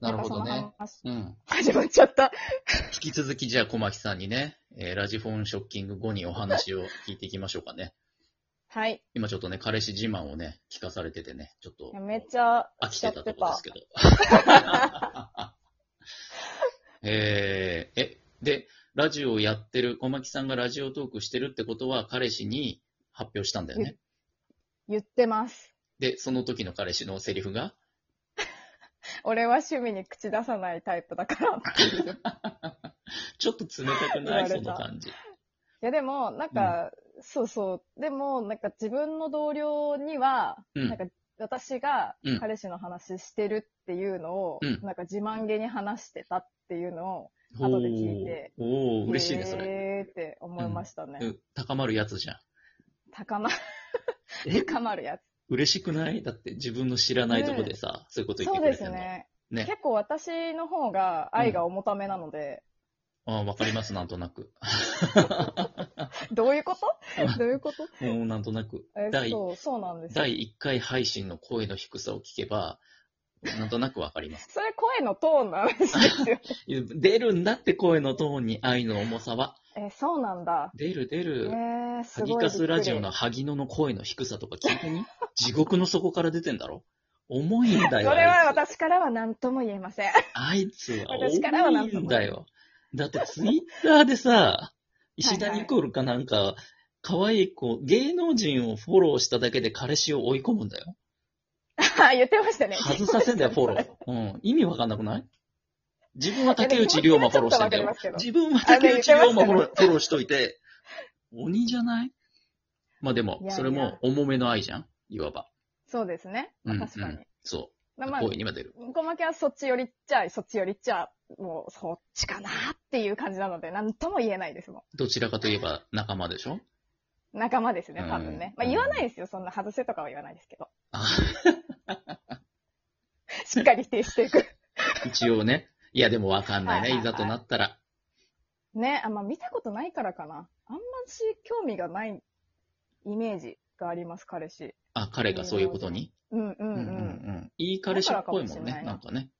なるほどね。。うん。始まっちゃった。引き続き、じゃあ、小牧さんにね、えーラジフォンショッキング後にお話を聞いていきましょうかね。 はい。今ちょっとね、彼氏自慢をね、聞かされててね、ちょっといやめっちゃ飽きてたとこ ですけど。えーえ、で、ラジオをやってる、小牧さんがラジオトークしてるってことは、彼氏に発表したんだよ ね。言ってます。で、その時の彼氏のセリフが、俺は趣味に口出さないタイプだ からっていう。いちょっと冷たくない、言われたその感じ。やでも、なんか、そうそう。でも、なんか自分の同僚には、うんなんか私がうん彼氏の話してるっていうのを、うんなんか自慢げに話してたっていうのを、後で聞いておーおー嬉しいね、それ。えーって思いましたね。うん高まるやつじゃん。高ま、 え高まるや嬉しくないだって自分の知らないとこでさ、そういうことつ。言ってそうくれでてするの。ね。ね。結構私の方が愛が重ためなので、ああ、わかります、なんとなく。どういうこと どういうこともうなんとなく。え第そう、そうなんですよ。第1回配信の声の低さを聞けば、なんとなくわかります。それ声のトーンなんですよ。 出るんだって声のトーンに愛の重さは。え、そうなんだ。出る出える。ー、すハギごいびっくり。カスラジオの萩野の声の低さとか聞いて み地獄の底から出てんだろ重いんだそよ。れはあいつ私からは何とも言えません。 あいつは私からはな多んいとんもだよ。だってツイッターでさ、石田ニコルかなんか、可愛い子、芸能人をフォローしただけで彼氏を追い込むんだよ。あ言ってましたね。外させんだよ、フォロ そうでー。うん。意味わかんなくない自分は竹内涼真フォローしてんだいやよでも。そ自分は竹内涼真あフねォロ言ーフォローしといて、鬼じゃないまあでもいやい、やそれも重めの愛じゃんいわば。すそうですね。うん、確かにうん。そまう。あまあ、声には出る。小牧はそっち寄りっちゃい、そっち寄りっちゃ、もうそっちかなっていう感じなので、何とも言えないですもどちらかといえば仲間でしょん。仲間ですね、多分ね。うんまあ言わないですよ、そんな外せとかは言わないですけど。あ しっかり否定していく。一応ね。いや、でもわかんないはいね。いはいはざいとなったら。ね、あまあ、見たことないからかな。あんまし興味がないイメージがあります、彼氏。あ、彼がそういうことに。うんうんう。うんんうんうん。いい彼氏っぽいもんだかね。らかもしれないななんかね。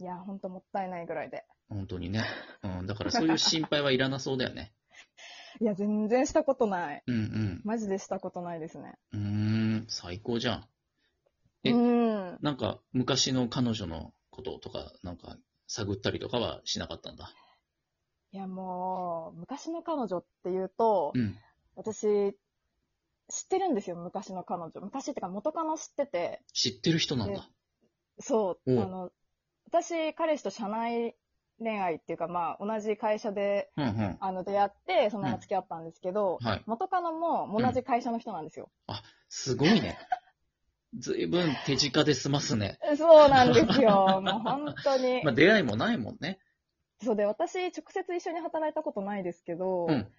いや、ほんともったいないぐらいで。本当にね。うん。だからそういう心配はいらなそうだよね。いや、全然したことない。うんマジでしたことないですね。うん。うーん。最高じゃん。えうん。なんか、昔の彼女のこととか、なんか、探ったりとかはしなかったんだ。いや、もう、昔の彼女っていうと、うん。私、知ってるんですよ、昔の彼女。昔ってか、元カノ知ってて、知ってる人なんだ。そう、おうあの、私、彼氏と社内恋愛っていうか、まあ、同じ会社で、うんうん。あの、出会って、そのまま付き合ったんですけど、はい。元カノも同じ会社の人なんですよ。すごいね。 ずいぶん手近で済ますね。そうなんですよ。 もう本当に。まあ、出会いもないもんね。そうで、私、直接一緒に働いたことないですけど、うん。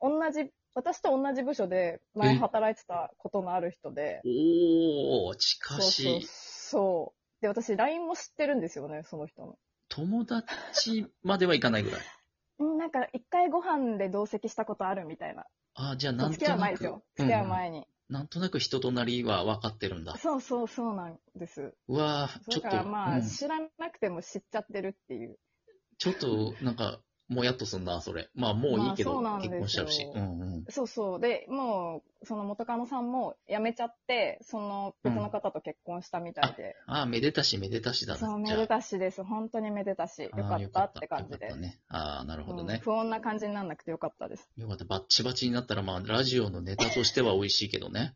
同じ、私と同じ部署で前働いてたことのある人で、おー、近そうしい。そうそう。で、私、LINE も知ってるんですよね、その人の。友達まではいかないぐらい。うんなんか、一回ご飯で同席したことあるみたいな。あーじゃあなん付とき合うな前くですよ。。付き合ううん前に。なんとなく人となりは分かってるんだ。そうそうそうなんです。うわーちょだっからと、まあ、うん知らなくても知っちゃってるっていう。ちょっと、なんか、もやっとすんな、それ。まあ、もういいけど、まあそうなんで結すよ婚しちゃうし。うんうん。そうそう。で、もう、その元カノさんも辞めちゃって、その別の方と結婚したみたいで。ああ、めでたし、めでたしだな。そう、じめゃあでたしです。本当にめでたし。よあーかったって感よじかっでた。ね。ああ、なるほどうんね。不穏な感じにならなくてよかったです。よかった。バッチバチになったら、まあ、ラジオのネタとしては美味しいけどね。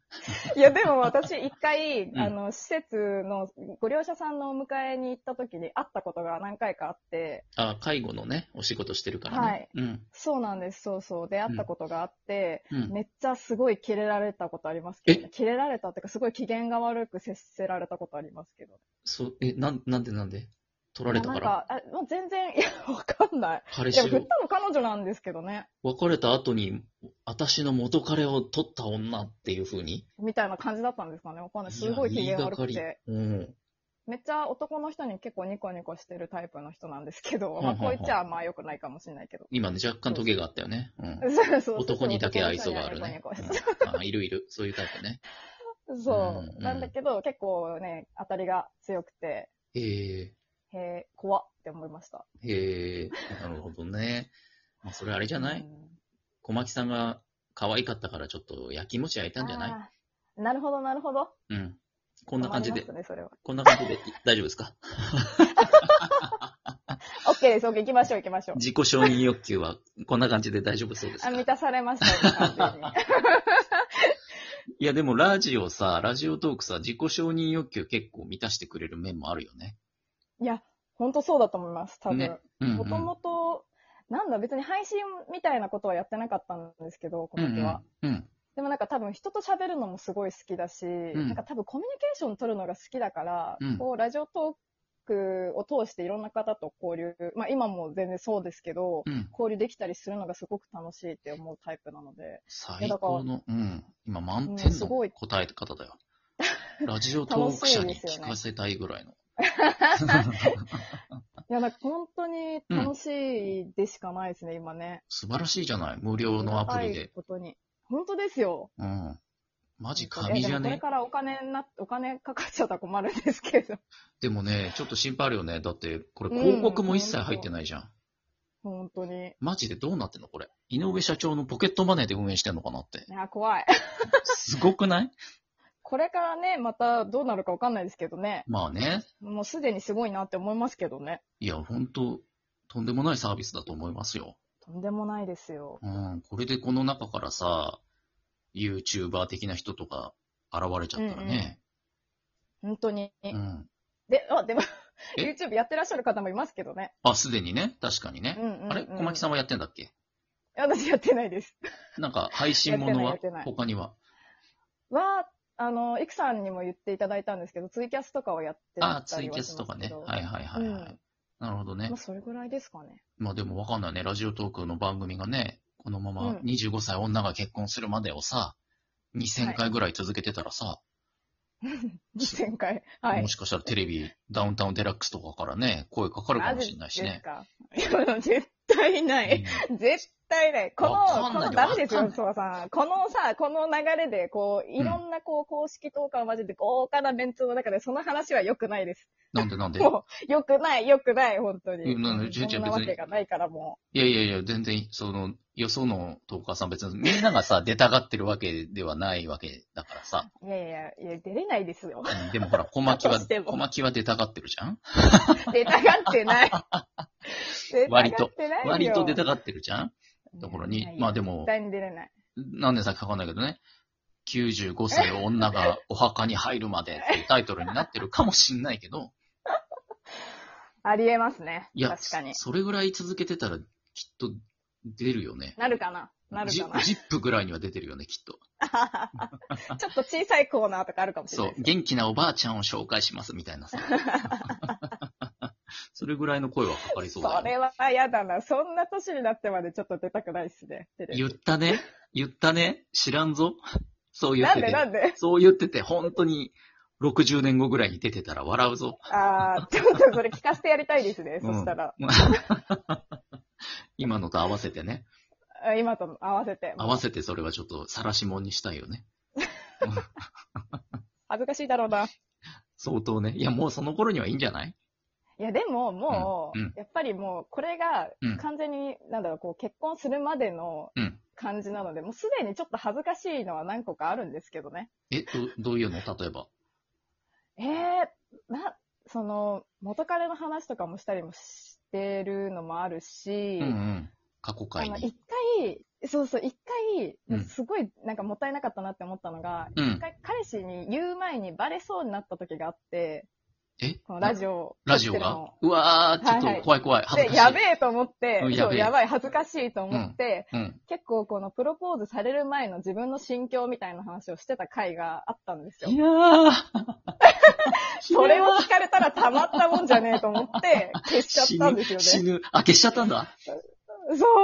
いや、でも私、一回、んあの、施設のご両者さんのお迎えに行った時に会ったことが何回かあって、ああ、介護のね、お仕事してるからね。はいうん。そうなんです、そうそう。で、会ったことがあって、うん。めっちゃすごいキレられたことありますけどね、キレられたっていうか、すごい機嫌が悪く接せられたことありますけど。そう、え、なん、なんでなんで取られたなかんら。か、あもう全然、 いや、わかんない。彼いや、氏振っを、たの彼女なんですけどね。別れた後に、私の元彼を取った女っていう風に。みたいな感じだったんですかね。わかんない。すごい機嫌悪くいやて。。言いがかりうん。めっちゃ男の人に結構ニコニコしてるタイプの人なんですけど、んまあ、うんうんこいつはまあ良くないかもしれないけど。今ね、若干トゲがあったよね。うん。 そうそうそう男にだけ愛想があるニねコニコ。うんあいるいる。そういうタイプね。そううんうんなんだけど、結構ね、当たりが強くて、ええへえ、した。へえ、なるほどね。まあ、それあれじゃないうん小牧さんが可愛かったからちょっと焼きもち焼いたんじゃないあーなるほど、なるほど。うん。こんな感じ困でりま、すね、それは。こんな感じでい大丈夫ですか OK です、OK。行きましょう、行きましょう。自己承認欲求はこんな感じで大丈夫そうですあ、か満たされました、完全にいやでもラジオさ、ラジオトークさ、自己承認欲求結構満たしてくれる面もあるよね。いや、ほんとそうだと思います、多分。ねうん、うん。もともと、なんだ、別に配信みたいなことはやってなかったんですけど、この時は。うんうん。でもなんか多分人と喋るのもすごい好きだし、んなんか多分コミュニケーション取るのが好きだから、うんこう、ラジオトークを通していろんな方と交流、まあ今も全然そうですけど、うんうん。交流できたりするのがすごく楽しいって思うタイプなので、最高の、うん。今満点うんすごのい答え方 だよ。ラジオトーク社に聞かせたいぐらいの。いや、なんか本当に楽しいでしかないですね、今ね。素晴らしいじゃない。無料のアプリありがたいで。ことに。本当ですよ。うん。マジ本当神じゃいやでもこれねからお金な、お金かかっちゃったら困るんですけど。 でもね、ちょっと心配あるよね。だって、これ広告も一切入ってないじゃん。本当に。いマジでどうなってんのこれ。井上社長のポケットマネーで運営してんのかなって。や、怖い。すごくないこれからね、またどうなるかわかんないですけどね。まあね。もうすでにすごいなって思いますけどね。いや、本当とんでもないサービスだと思いますよ。とんでもないですよ。うん。これでこの中からさ、YouTuber 的な人とか現れちゃったらね。本当に。うん、で、あ、でも、え YouTube やってらっしゃる方もいますけどね。あ、すでにね。確かにね。うんうんうんあれ小牧さんはやってんだっけ私やってないです。なんか配信ものやはってないやって他には。は、あの、いくさんにも言っていただいたんですけど、ツイキャスとかをやってあらあ、っしゃツイる。キャスとかね。はいいはいはいはい。うんなるほどねまあ、。それぐらいですかね。 まあでもわかんないね。ラジオトークの番組がね、このままうん25歳女が結婚するまでをさ、は2000い回ぐらい続けてたらさ、 2000回。はいも。しかしたらテレビ、ダウンタウンデラックスとかからね、声かかるかもしれないしね。マジですか。いや、絶対ない。絶対ない。こわかの、んこないのダメですわよかん、そうさん。このさ、この流れで、こう、いろんなこう、公式投下を混ぜて、豪華なメンツの中で、その話は良くないです。なんでなんでもう、良くない、良くない、本当に。いやなんでちえちゃそんんな別にわけがないから、もいやいやいや、全然、その、よそのトーカーさん別に、みんながさ、出たがってるわけではないわけだからさ。う。いやいやいや、出れないですよ。 うんでもほら、小牧は、だとしても小牧は出たがってるじゃん出たがってない。出たが割っとてないよ。割と出たがってるじゃんところにないよまあでも絶対に出れない。何年先かわかんないけどね。95歳女がお墓に入るまでっていうタイトルになってるかもしんないけ ど、ありえますね。いや、確かに。それぐらい続けてたらきっと出るよね。なるかななるジかなジップぐらいには出てるよね、きっと。ちょっと小さいコーナーとかあるかもしれそなうい、です。元気なおばあちゃんを紹介しますみたいな さ。それぐらいの声はかかりそうだそよ、ね。れは嫌だな。そんな年になってまでちょっと出たくないっすね。テレビ言ったね言ったね知らんぞそう言っなんてでて。な んでそう言ってて、本当に60年後ぐらいに出てたら笑うぞ。ああ、ちょっとそれ聞かせてやりたいですね。うんそしたら、今のと合わせてね。あ今と合わせて。合わせてそれはちょっと晒しもんにしたいよね。恥ずかしいだろうな。い相当ね。いや、もうその頃にはいいんじゃないや、でも、もう、うんうんやっぱりもう、これがうん、完全に、なんだろう、こう、結婚するまでのうん感じなので、もうすでにちょっと恥ずかしいのは何個かあるんですけどね。え、どどういうの例えば。ええな、その、元彼の話とかもしたりもしてるのもあるし、うんうん。過去あ回の、に。一回、そうそう、一うん回、すごいなんかもったいなかったなって思ったのが、う一ん。回彼氏に言う前にバレそうになった時があって、えこのラジオ、ラジオがうわー、ちょっと怖い怖い。恥ずかしい。で、やべえと思ってうん、やそべう、えやばい、恥ずかしいと思って、うん。結構このプロポーズされる前の自分の心境みたいな話をしてた回があったんですよい。やー。 それを聞かれたらたまったもんじゃねえと思 って、消しちゃ死ったんですぬ、よ死ね。ぬ。あ、消しちゃったんだ。そ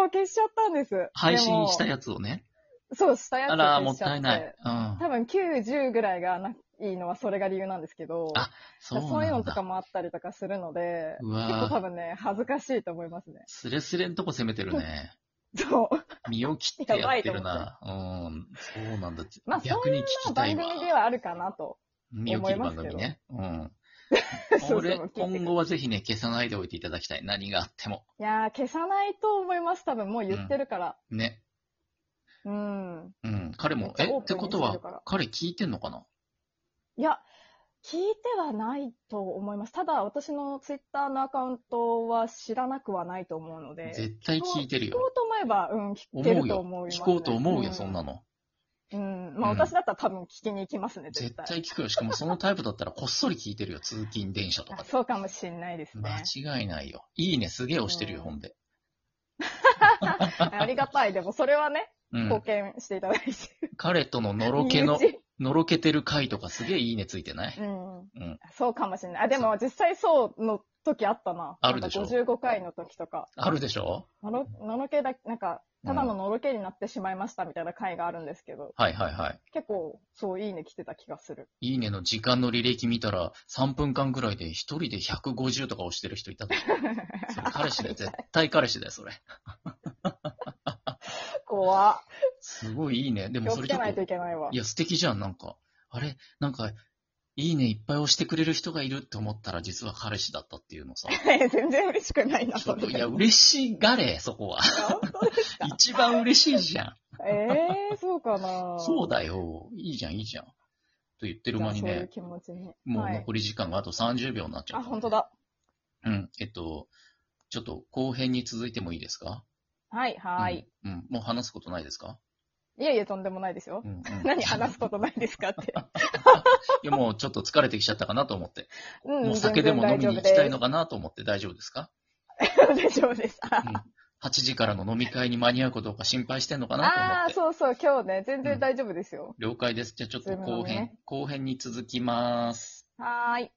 う、消しちゃったんです。配信したでやつをね。もそう、したやつあをら、もっ消しちゃたっていない。うん。多分9、10ぐらいがないいのはそれが理由なんですけど、あそそうういうなのんとかだ。もあったりとかするので、う結構わ多ー。分ね、恥ずかしいと思いますね。スレスレんとこ攻めてる ね。そう。身を切ってやってるやな。うん。そうなんだ。まあ逆に聞きた番い組わ。ではあるかなと。身を切る番組ね。うん。 そう俺そう、聞いて今後はぜひね、消さないでおいていただきたい。何があっても。いやー、消さないと思います。多分もう言ってるから。ね。うん。うん。彼めっも、ちゃえオープンってことにしはてるから、彼彼聞いてんのかないや、聞いてはないと思います。ただ、私のツイッターのアカウントは知らなくはないと思うので。絶対聞いてる聞こよ。うと思えば、うん、聞け思うるとよ思い。ます、聞こうと思うよ、そんのなの。うん。まあ、うん私だったら多分聞きに行きますね、絶絶対。対聞くよ。しかもそのタイプだったらこっそり聞いてるよ。通勤電車とあかで。そうかもしんないです間ね。違いないよ。いいね、すげえ押してるよ、うんほんで。 ありがたい。でも、それはね、うん貢。献していただいて。彼とののろけの 身、内のろけてる回とかすげえいいねついてなういん。うん。そうかもしれない。あ、でも、実際そうの時あったな。あるでしょなんか55回の時とか。あるでしょのろ、のろけだ、なんか、ただののろけになってしまいましたみたいな回があるんですけど、はいはいはい。結構、そう、いいね来てた気がする。いいねの時間の履歴見たら、3分間ぐらいで一人で150とか押してる人いたの。それ彼氏だよ、絶対彼氏だよ、それ。 怖っすごいいいね。で気もをそれつちけょっないとといけないわい。や、素敵じゃん、なんか。あれなんか、いいねいっぱい押してくれる人がいるって思ったら、実は彼氏だったっていうのさ。全然嬉しくないな、ちょ そっれ。と、いや、嬉しがれ、そ こは。本当ですか一番嬉しいじゃん。ええー、そうかなそうだ。だよ。いいじゃん、いいじゃん。と言ってるじゃ間あにそういうね、気持ちに。もうはい残り時間があと30秒になっちゃあ、った。本当。だ。うん。えっと、ちょっと後編に続いてもいいですかはい、はい。うん。うん。もう話すことないですかいやいや、とんでもないですよ う。ん、うん。何話すことないですか って。いや、もうちょっと疲れてきちゃったかなと思って。うん、もう酒でも飲みに行きたいのかが。なと思って大丈夫ですか 大丈夫です。 8時からの飲み会に間に合うかどうか心配してんのかなと思あっあてー、。そうそう、今日ね、全然大丈夫ですよ。了解です。じゃあちょっと後ズームの編、ね後編に続きます。はーい。